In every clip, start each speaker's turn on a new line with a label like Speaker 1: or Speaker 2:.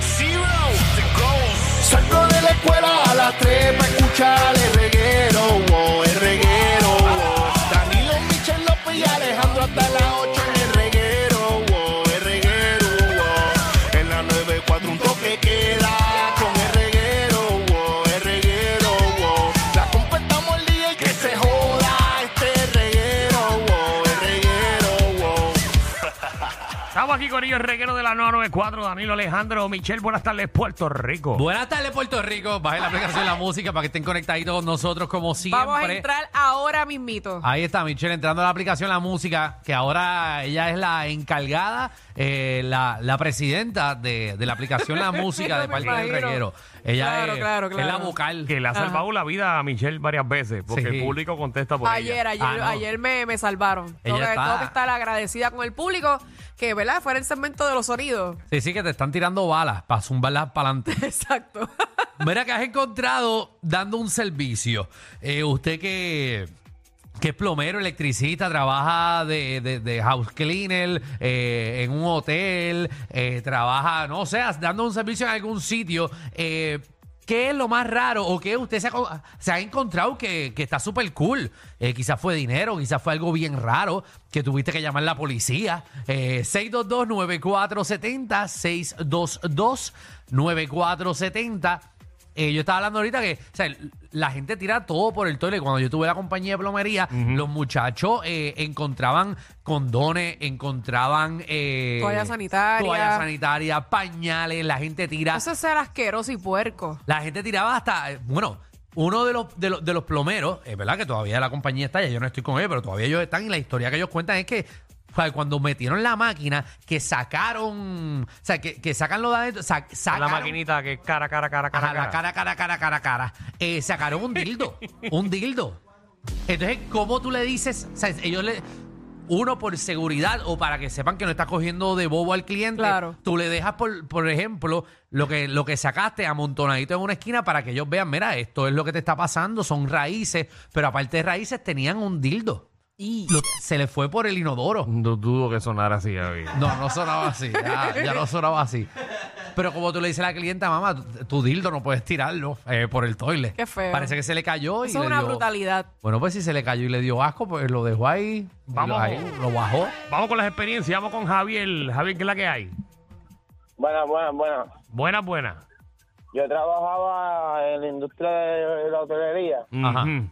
Speaker 1: Zero to goals. Salgo de la escuela a las 3 para escuchar el reguero, oh, el reguero. oh. Danilo, Michel López y Alejandro hasta las 8 en el reguero, oh, el reguero. oh. En la 9-4 un toque queda con el reguero, oh, el reguero. oh. La completamos el día y que se joda este reguero, oh, el reguero. oh.
Speaker 2: Estamos aquí con ellos, el reguero de la 994, Danilo Alejandro, Michelle, buenas tardes, Puerto Rico.
Speaker 3: Buenas tardes, Puerto Rico. Bajen la aplicación de la música para que estén conectaditos con nosotros como siempre. Ah,
Speaker 4: Vamos a entrar ahora mismito.
Speaker 3: Ahí está Michelle entrando a la aplicación La Música, que ahora ella es la encargada, eh, la, la presidenta de, de la aplicación La Música de
Speaker 4: Me
Speaker 3: parte del
Speaker 4: imagino.
Speaker 3: reguero. Ella
Speaker 4: Claro,
Speaker 3: es,
Speaker 4: claro,
Speaker 3: es la
Speaker 4: claro.
Speaker 3: vocal.
Speaker 2: que le ha salvado la vida a Michelle varias veces, porque
Speaker 3: Sí.
Speaker 2: el público contesta por
Speaker 4: Ayer,
Speaker 2: ella.
Speaker 4: ayer,
Speaker 3: Ah, no.
Speaker 4: ayer me, me salvaron. Tengo que,
Speaker 3: Ella está-
Speaker 4: tengo que estar agradecida con el público que, ¿verdad? Fue en el segmento de los sonidos.
Speaker 3: Sí, sí, que te están tirando balas para zumbarlas para adelante.
Speaker 4: Exacto.
Speaker 3: Mira que has encontrado dando un servicio. Eh, usted que, que es plomero, electricista, trabaja de, de- de house cleaner, eh, en un hotel, eh, trabaja, no sé, dando un servicio en algún sitio. eh, ¿Qué es lo más raro o qué usted se ha, co- se ha encontrado que, que está súper cool? Eh, quizás fue dinero, quizás fue algo bien raro que tuviste que llamar a la policía. Eh, 622-9470, 622-9470. Eh, yo estaba hablando ahorita que o sea, l- la gente tira todo por el toile. Cuando yo tuve la compañía de plomería, los muchachos eh, encontraban condones, encontraban eh,
Speaker 4: Toallas sanitarias.
Speaker 3: toallas sanitarias, pañales, la gente tira.
Speaker 4: Eso es ser asqueroso y puerco.
Speaker 3: La gente tiraba hasta, eh, bueno, uno de los, de los, de los plomeros, es verdad que todavía la compañía está, ya yo no estoy con él, pero todavía ellos están y la historia que ellos cuentan es que o sea, cuando metieron la máquina, que sacaron, o sea, que, que sacan lo de adentro, sa-
Speaker 2: A la
Speaker 3: sacaron-
Speaker 2: maquinita que es cara, cara, cara, cara.
Speaker 3: Ajá, la cara, cara, cara, cara, cara. Eh, sacaron un dildo. un dildo. Entonces, ¿cómo tú le dices? O sea, ellos le. Uno por seguridad o para que sepan que no estás cogiendo de bobo al cliente.
Speaker 4: Claro.
Speaker 3: Tú le dejas, por, por ejemplo, lo que, lo que sacaste amontonadito en una esquina para que ellos vean, mira, esto es lo que te está pasando, son raíces, pero aparte de raíces tenían un dildo.
Speaker 4: Y
Speaker 3: Lo- se le fue por el inodoro.
Speaker 2: No dudo que sonara así, David.
Speaker 3: No, no sonaba así. Ya, ya no sonaba así. Pero como tú le dices a la clienta, mamá, tu, tu dildo no puedes tirarlo eh, por el toile.
Speaker 4: Qué feo.
Speaker 3: Parece que se le cayó y
Speaker 4: eso
Speaker 3: le
Speaker 4: es una
Speaker 3: dio-
Speaker 4: brutalidad.
Speaker 3: Bueno, pues si se le cayó y le dio asco, pues lo dejó ahí. y
Speaker 2: Vamos.
Speaker 3: Lo, ahí, lo bajó.
Speaker 2: Vamos con las experiencias, vamos con Javier. Javier, ¿qué es la que hay?
Speaker 5: Buenas, buenas, buenas.
Speaker 2: Buenas, buenas.
Speaker 5: Yo trabajaba en la industria de la hotelería,
Speaker 3: Ajá.
Speaker 2: Ujú.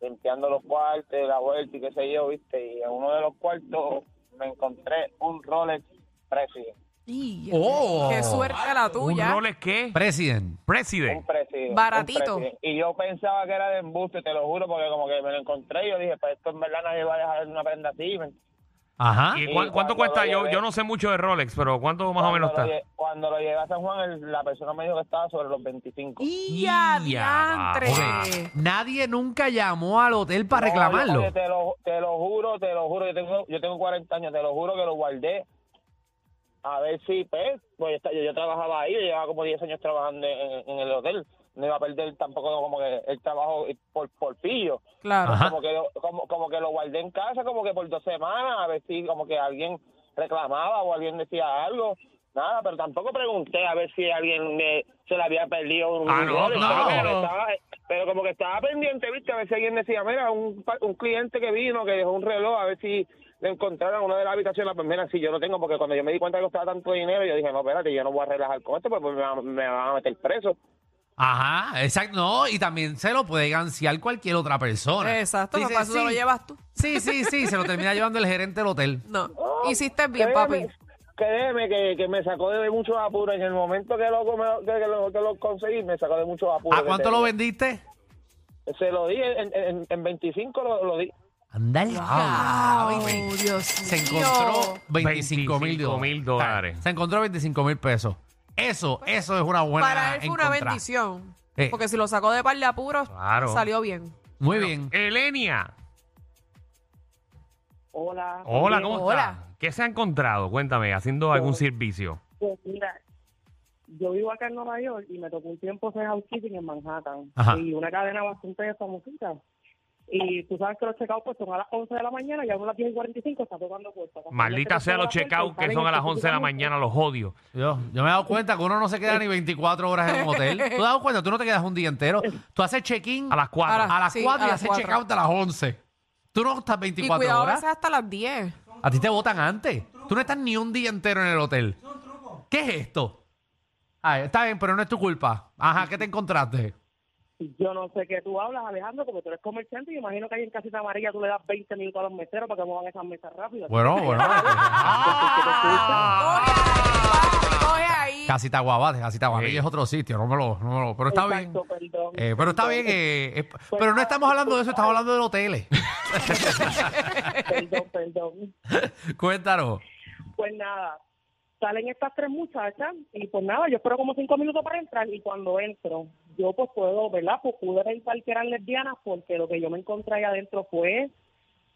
Speaker 5: limpiando los cuartos, la vuelta y qué sé yo, viste. Y en uno de los cuartos me encontré un Rolex President.
Speaker 4: Y-
Speaker 3: ¡Oh!
Speaker 4: ¡Qué suerte la
Speaker 2: ¿Un
Speaker 4: tuya!
Speaker 2: Rolex qué?
Speaker 3: President.
Speaker 5: Un
Speaker 2: President.
Speaker 5: President. un
Speaker 4: Baratito.
Speaker 5: President. Y yo pensaba que era de embuste, te lo juro, porque como que me lo encontré y yo dije, pues esto en verdad nadie va a dejar una prenda así. ¿me
Speaker 3: Ajá.
Speaker 2: ¿Y
Speaker 5: Y
Speaker 2: cuán- cuánto
Speaker 5: Ah, cuando
Speaker 2: cuesta?
Speaker 5: lo
Speaker 2: Yo,
Speaker 5: llevé-
Speaker 2: yo no sé mucho de Rolex, pero ¿cuánto más o menos
Speaker 5: Cuando
Speaker 2: está?
Speaker 5: lo lle- Cuando lo llevé a San Juan, el- la persona me dijo que estaba sobre los 25.
Speaker 4: ¡Y a diantre!
Speaker 3: Ok. Nadie nunca llamó al hotel para reclamarlo.
Speaker 5: No, oye, te, lo, te lo juro, te lo juro, yo tengo, yo tengo 40 años, te lo juro que lo guardé. A ver si, pues, pues, yo esta- yo, yo trabajaba ahí, yo llevaba como 10 años trabajando en, en el hotel. No iba a perder tampoco como que el trabajo por, por pillo.
Speaker 4: Claro.
Speaker 3: Ajá.
Speaker 5: Como que, lo, como, como que lo guardé en casa como que por dos semanas, a ver si como que alguien reclamaba o alguien decía algo. Nada, pero tampoco pregunté a ver si alguien me- se le había perdido un
Speaker 2: Ah, no,
Speaker 5: dólar,
Speaker 2: claro.
Speaker 5: pero como que estaba- pero como que estaba pendiente, viste, a ver si alguien decía, mira, un, pa- un cliente que vino, que dejó un reloj, a ver si le encontraron en una de las habitaciones, la primera sí, yo no tengo, porque cuando yo me di cuenta que costaba tanto dinero, yo dije, no, espérate, yo no voy a relajar con esto, pues me, va- me van a meter preso.
Speaker 3: Ajá, exacto. No, y también se lo puede ganciar cualquier otra persona.
Speaker 4: Exacto,
Speaker 3: Dice,
Speaker 4: papá, eso se lo
Speaker 3: sí,
Speaker 4: llevas tú.
Speaker 3: Sí, sí, sí, se lo termina llevando el gerente del hotel.
Speaker 4: No,
Speaker 5: Oh,
Speaker 4: hiciste bien, papi.
Speaker 5: créeme, Créeme que, que me sacó de muchos apuros. En el momento que lo, come- que, que lo, que lo conseguí, me sacó de muchos apuros.
Speaker 3: ¿A cuánto lo
Speaker 5: vendí?
Speaker 3: vendiste?
Speaker 5: Se lo di, en, en, en 25 lo, lo di.
Speaker 3: Anda el
Speaker 4: Wow,
Speaker 3: diablo.
Speaker 4: Dios
Speaker 3: Ah, Se
Speaker 4: mío.
Speaker 3: encontró 25 mil
Speaker 2: 25,000
Speaker 3: dólares.
Speaker 2: dólares.
Speaker 3: Se encontró 25 mil pesos. Eso, eso es una buena
Speaker 4: Para él fue una
Speaker 3: encontrada.
Speaker 4: bendición.
Speaker 3: Eh.
Speaker 4: Porque si lo sacó de par de apuros,
Speaker 2: Claro.
Speaker 4: salió bien.
Speaker 3: Muy bien.
Speaker 2: Elenia,
Speaker 6: Hola.
Speaker 2: hola,
Speaker 6: Bien,
Speaker 2: ¿cómo
Speaker 4: hola.
Speaker 2: estás? ¿Qué se ha encontrado? Cuéntame, haciendo algún servicio.
Speaker 6: pues, mira, yo vivo acá en Nueva York y me tocó un tiempo hacer housekeeping en Manhattan.
Speaker 3: Ajá.
Speaker 6: Y una cadena bastante famosita. Y tú sabes que los checkouts pues, son a las 11 de la mañana y a las 10 y 45 está tocando puertas.
Speaker 2: Maldita sea los checkouts que son a las 11 de la mañana, los odio.
Speaker 3: Yo, yo me he dado cuenta que uno no se queda ni 24 horas en un hotel. ¿Tú te has dado cuenta? Tú no te quedas un día entero. Tú haces check-in
Speaker 2: A las 4.
Speaker 4: A
Speaker 3: a las
Speaker 4: Sí,
Speaker 3: 4
Speaker 4: a
Speaker 3: y
Speaker 4: las
Speaker 3: haces
Speaker 4: cuatro.
Speaker 3: check-out a las 11. Tú no estás
Speaker 4: Y
Speaker 3: 24
Speaker 4: cuidado, a
Speaker 3: horas.
Speaker 4: veces hasta las 10.
Speaker 3: A ti te votan antes. Tú no estás ni un día entero en el hotel. ¿Qué es esto? Ah, está bien, pero no es tu culpa. Ajá, ¿qué te encontraste?
Speaker 6: Yo no sé qué tú hablas, Alejandro, porque tú eres comerciante y me imagino que ahí en Casita Amarilla tú le das 20 minutos a los meseros para que muevan esas mesas rápido.
Speaker 3: Bueno, bueno. Ah.
Speaker 4: Coge ahí, papi, coge ahí.
Speaker 3: Casita Guabate, Casita Guabate
Speaker 2: Sí.
Speaker 3: es otro sitio, no me lo, no me lo- pero está
Speaker 6: Exacto,
Speaker 3: bien.
Speaker 6: perdón.
Speaker 3: Eh, pero está bien, eh, eh, pero no estamos hablando de eso, estamos hablando de hoteles.
Speaker 6: Perdón, perdón.
Speaker 3: Cuéntanos.
Speaker 6: Pues nada, salen estas tres muchachas y pues nada, yo espero como cinco minutos para entrar y cuando entro, yo pues puedo, ¿verdad? Pues pude pensar que eran lesbianas porque lo que yo me encontré ahí adentro fue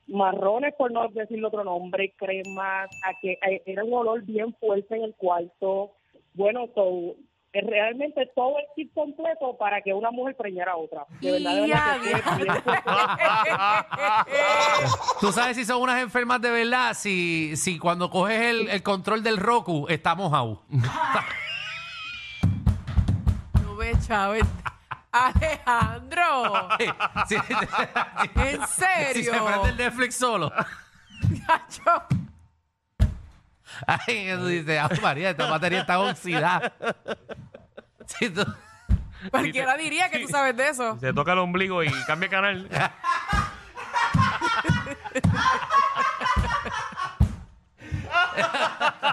Speaker 6: marrones, por no decirle otro nombre, cremas, a que a- era un olor bien fuerte en el cuarto. Bueno, todo, es realmente todo el kit completo para que una mujer preñara a otra. De verdad, de verdad que fue bien fuerte.
Speaker 3: Tú sabes si son unas enfermas de verdad, si, si cuando coges el, el control del Roku está mojado.
Speaker 4: No ve, Chávez. Alejandro.
Speaker 3: Si-
Speaker 4: ¿En
Speaker 3: si
Speaker 4: serio?
Speaker 3: se prende el Netflix solo.
Speaker 4: Chacho.
Speaker 3: Ay, eso dice, ah, María, esta batería está oxidada. Si tú-
Speaker 4: Cualquiera diría que tú sabes de eso.
Speaker 2: Se toca el ombligo y cambia canal.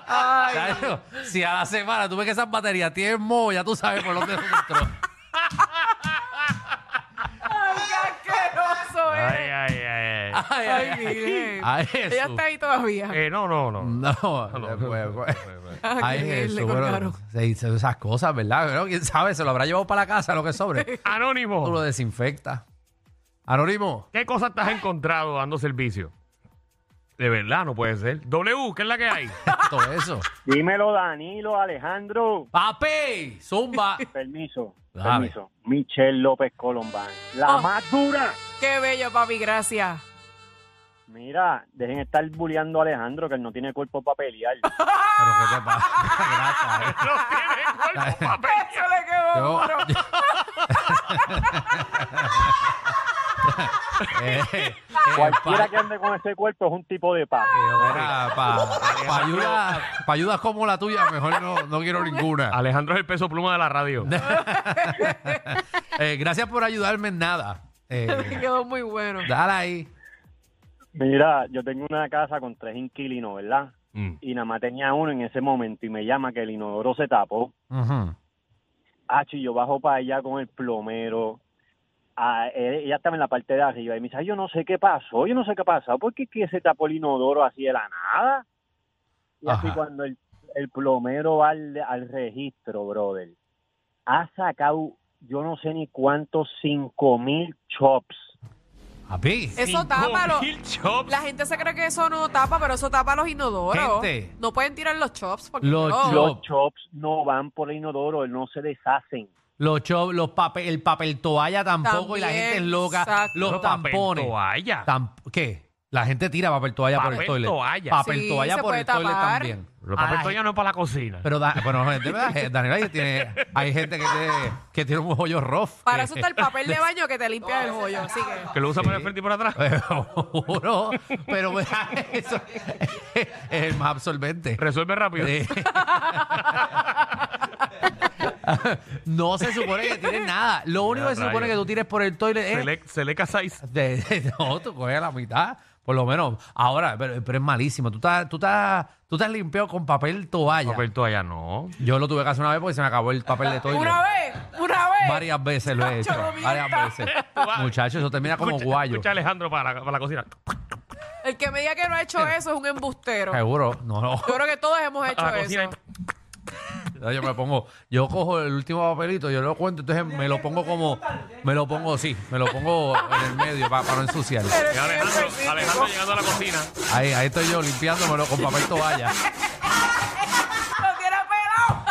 Speaker 3: Claro, si a la semana tú ves que esas baterías tienen moho, ya tú sabes por dónde entró.
Speaker 4: Ay, qué asqueroso
Speaker 2: Ay,
Speaker 4: eres.
Speaker 2: ay, ay. ay.
Speaker 3: Ay, ay,
Speaker 4: Ay,
Speaker 3: ay.
Speaker 4: Miguel.
Speaker 3: Ay,
Speaker 4: Ella
Speaker 3: Jesús.
Speaker 4: está ahí todavía.
Speaker 2: Eh, no, no, no.
Speaker 3: No, pues, pues.
Speaker 4: Ah,
Speaker 3: Ay,
Speaker 4: qué bien, le
Speaker 3: Jesús, bueno,
Speaker 4: colgaron.
Speaker 3: se hizo esas cosas, ¿verdad? Pero quién sabe, se lo habrá llevado para la casa lo que sobre. Tú lo
Speaker 2: Anónimo,
Speaker 3: desinfectas. Anónimo.
Speaker 2: ¿qué cosas te has encontrado dando servicio? De verdad, no puede ser. W, ¿qué es la que hay?
Speaker 3: Todo eso.
Speaker 7: Dímelo, Danilo, Alejandro.
Speaker 3: ¡Papi! ¡Zumba!
Speaker 7: Permiso,
Speaker 3: Dame.
Speaker 7: permiso. Michelle López Colombán, la
Speaker 4: Ah.
Speaker 7: más dura.
Speaker 4: Qué bello, papi, gracias.
Speaker 7: Mira, dejen estar bulleando a Alejandro, que él no tiene cuerpo para pelear.
Speaker 3: Pero qué te pasa. Gracias, eh.
Speaker 2: No tiene cuerpo para
Speaker 4: Eso le quedó
Speaker 3: Yo-
Speaker 4: duro.
Speaker 3: Eh, eh,
Speaker 7: Cualquiera
Speaker 3: pa- eh,
Speaker 7: que ande con ese cuerpo es un tipo de paz.
Speaker 3: Para ayudas como la tuya, mejor no, no quiero ninguna.
Speaker 2: Alejandro es el peso pluma de la radio.
Speaker 3: Eh, gracias por ayudarme en nada.
Speaker 4: Le
Speaker 3: Eh,
Speaker 4: quedó muy bueno.
Speaker 3: dale ahí.
Speaker 7: Mira, yo tengo una casa con tres inquilinos, ¿verdad?
Speaker 2: Mm.
Speaker 7: Y nada más tenía uno en ese momento y me llama que el inodoro se tapó.
Speaker 3: Ujú.
Speaker 7: Ah, chi, yo bajo para allá con el plomero. Ah, eh, ella estaba en la parte de arriba y me dice, "Ay, yo no sé qué pasó, yo no sé qué pasó, ¿por qué, es que se tapó el inodoro así de la nada? Y así
Speaker 3: Ajá.
Speaker 7: cuando el, el plomero va al, al registro, brother, ha sacado yo no sé ni cuántos, cinco mil chops.
Speaker 3: Papi.
Speaker 4: Eso tápalo.
Speaker 2: Mil chops.
Speaker 4: La gente se cree que eso no tapa, pero eso tapa los inodoros.
Speaker 3: Gente.
Speaker 4: No pueden tirar los chops porque
Speaker 3: Los
Speaker 4: no.
Speaker 3: chops.
Speaker 7: Los chops no van por el inodoro, no se deshacen.
Speaker 3: Los cho- los papel, el papel toalla tampoco y la
Speaker 4: También,
Speaker 3: gente es loca.
Speaker 4: exacto.
Speaker 3: Los
Speaker 2: Papel
Speaker 3: tampones.
Speaker 2: toalla.
Speaker 3: Tam- ¿Qué? La gente tira papel toalla por
Speaker 2: Papel
Speaker 3: el toilet.
Speaker 2: toalla.
Speaker 3: Papel
Speaker 4: Sí,
Speaker 3: toalla
Speaker 4: se
Speaker 3: por
Speaker 4: puede
Speaker 3: el toilet
Speaker 4: tapar.
Speaker 3: también.
Speaker 2: Los
Speaker 3: A la
Speaker 2: papel
Speaker 3: gente-
Speaker 2: toalla no es para la cocina.
Speaker 3: Pero, da- bueno, de verdad, eh, Daniel, ahí tiene, hay gente que, tiene- que tiene un hoyo rough.
Speaker 4: Para
Speaker 3: que-
Speaker 4: eso está el papel de baño que te limpia el hoyo. Así que.
Speaker 2: que lo usa por el frente y por atrás.
Speaker 3: Juro, pero ¿verdad? eso es el más absorbente.
Speaker 2: Resuelve rápido.
Speaker 3: Eh. no se supone que tires nada. Lo único que se supone que tú tires por el toilet es
Speaker 2: Sele- Seleca 6.
Speaker 3: De- de- no, tú coges la mitad, por lo menos. Ahora, pero, pero es malísimo. Tú estás, tú estás, tú estás limpiado con papel toalla.
Speaker 2: Papel toalla no.
Speaker 3: Yo lo tuve que hacer una vez porque se me acabó el papel de toalla.
Speaker 4: Una vez, una vez.
Speaker 3: Varias veces lo he hecho.
Speaker 4: Chacho, no
Speaker 3: Varias
Speaker 4: mientas.
Speaker 3: veces.
Speaker 2: Vale.
Speaker 3: Muchachos, eso termina como
Speaker 2: Escucha-
Speaker 3: guayo.
Speaker 2: Escucha a Alejandro para, la- para la cocina.
Speaker 4: El que me diga que no ha hecho eso es un embustero. Yo
Speaker 3: Seguro, no, no.
Speaker 4: creo que todos hemos hecho
Speaker 2: Para la
Speaker 4: eso.
Speaker 2: Ah, cocina.
Speaker 3: No, Yo me pongo, yo cojo el último papelito, yo lo cuento, entonces me lo pongo como, me lo pongo, sí, me lo pongo en el medio pa- para no ensuciar.
Speaker 4: Pero
Speaker 2: Y Alejandro,
Speaker 4: siempre, sí,
Speaker 2: Alejandro llegando a la cocina.
Speaker 3: Ahí, ahí estoy yo limpiándomelo con papel toalla.
Speaker 4: ¡Lo tiene pelado!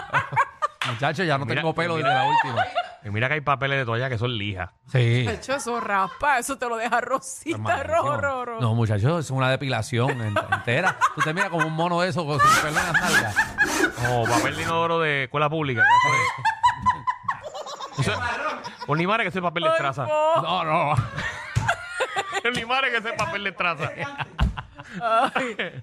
Speaker 3: Muchachos, ya no
Speaker 2: Mira,
Speaker 3: tengo pelo
Speaker 2: mira.
Speaker 3: desde la última.
Speaker 2: Y mira que hay papeles de toalla que son lijas.
Speaker 3: Sí.
Speaker 4: De hecho, eso raspa, eso te lo deja rosita,
Speaker 3: Malísimo.
Speaker 4: rojo, rojo, rojo.
Speaker 3: No, muchachos, es una depilación en- entera. Tú te miras como un mono de eso con su pelo en las nalgas.
Speaker 2: O papel de inodoro de escuela pública. que eso es. Eso es- O limares que ese es papel de
Speaker 4: Ay,
Speaker 2: traza.
Speaker 4: po.
Speaker 3: No, no.
Speaker 2: limares que ese es papel de traza.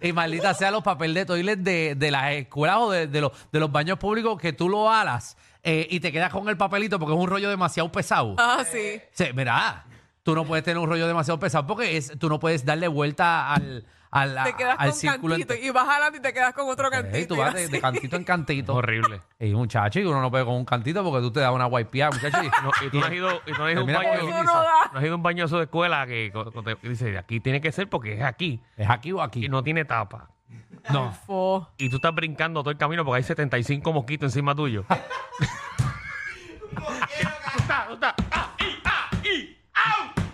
Speaker 3: Y maldita sea los papeles de toilet de, de las escuelas o de, de los, de los baños públicos que tú lo alas eh, y te quedas con el papelito porque es un rollo demasiado pesado.
Speaker 4: Ah, sí.
Speaker 3: O sea, mira, tú no puedes tener un rollo demasiado pesado porque es, tú no puedes darle vuelta al, al,
Speaker 4: Te quedas
Speaker 3: al
Speaker 4: con
Speaker 3: círculo.
Speaker 4: cantito
Speaker 3: ente-
Speaker 4: y vas jalando y te quedas con otro cantito.
Speaker 3: Ey, tú
Speaker 4: y
Speaker 3: vas de,
Speaker 4: así.
Speaker 3: de cantito en
Speaker 2: Es
Speaker 3: cantito.
Speaker 2: horrible.
Speaker 3: Y muchacho, y uno no puede con un cantito porque tú te das una guaypiada, muchacho. y-
Speaker 2: No, y tú no has ido, y tú no has ido a un
Speaker 3: Termina con
Speaker 2: baño.
Speaker 3: el
Speaker 4: Eso
Speaker 3: iris.
Speaker 4: no da.
Speaker 2: No has ido a un baño eso de escuela que, co- co- te- dice, aquí tiene que ser porque es aquí.
Speaker 3: ¿Es aquí o aquí?
Speaker 2: Y no tiene tapa.
Speaker 3: No.
Speaker 4: Fo.
Speaker 2: Y tú estás brincando todo el camino porque hay 75 mosquitos encima tuyo. Tú estás- tú estás- ah, y, ah, y.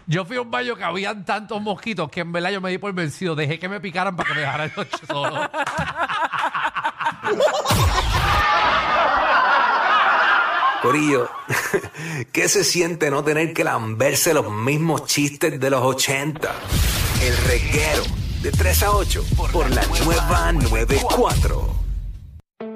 Speaker 3: Yo fui a un baño que habían tantos mosquitos que en verdad yo me di por vencido. Dejé que me picaran para que me dejaran yo solo.
Speaker 8: Corillo, ¿qué se siente no tener que lamberse los mismos chistes de los 80? El reguero de 3 a 8 por la nueva 94.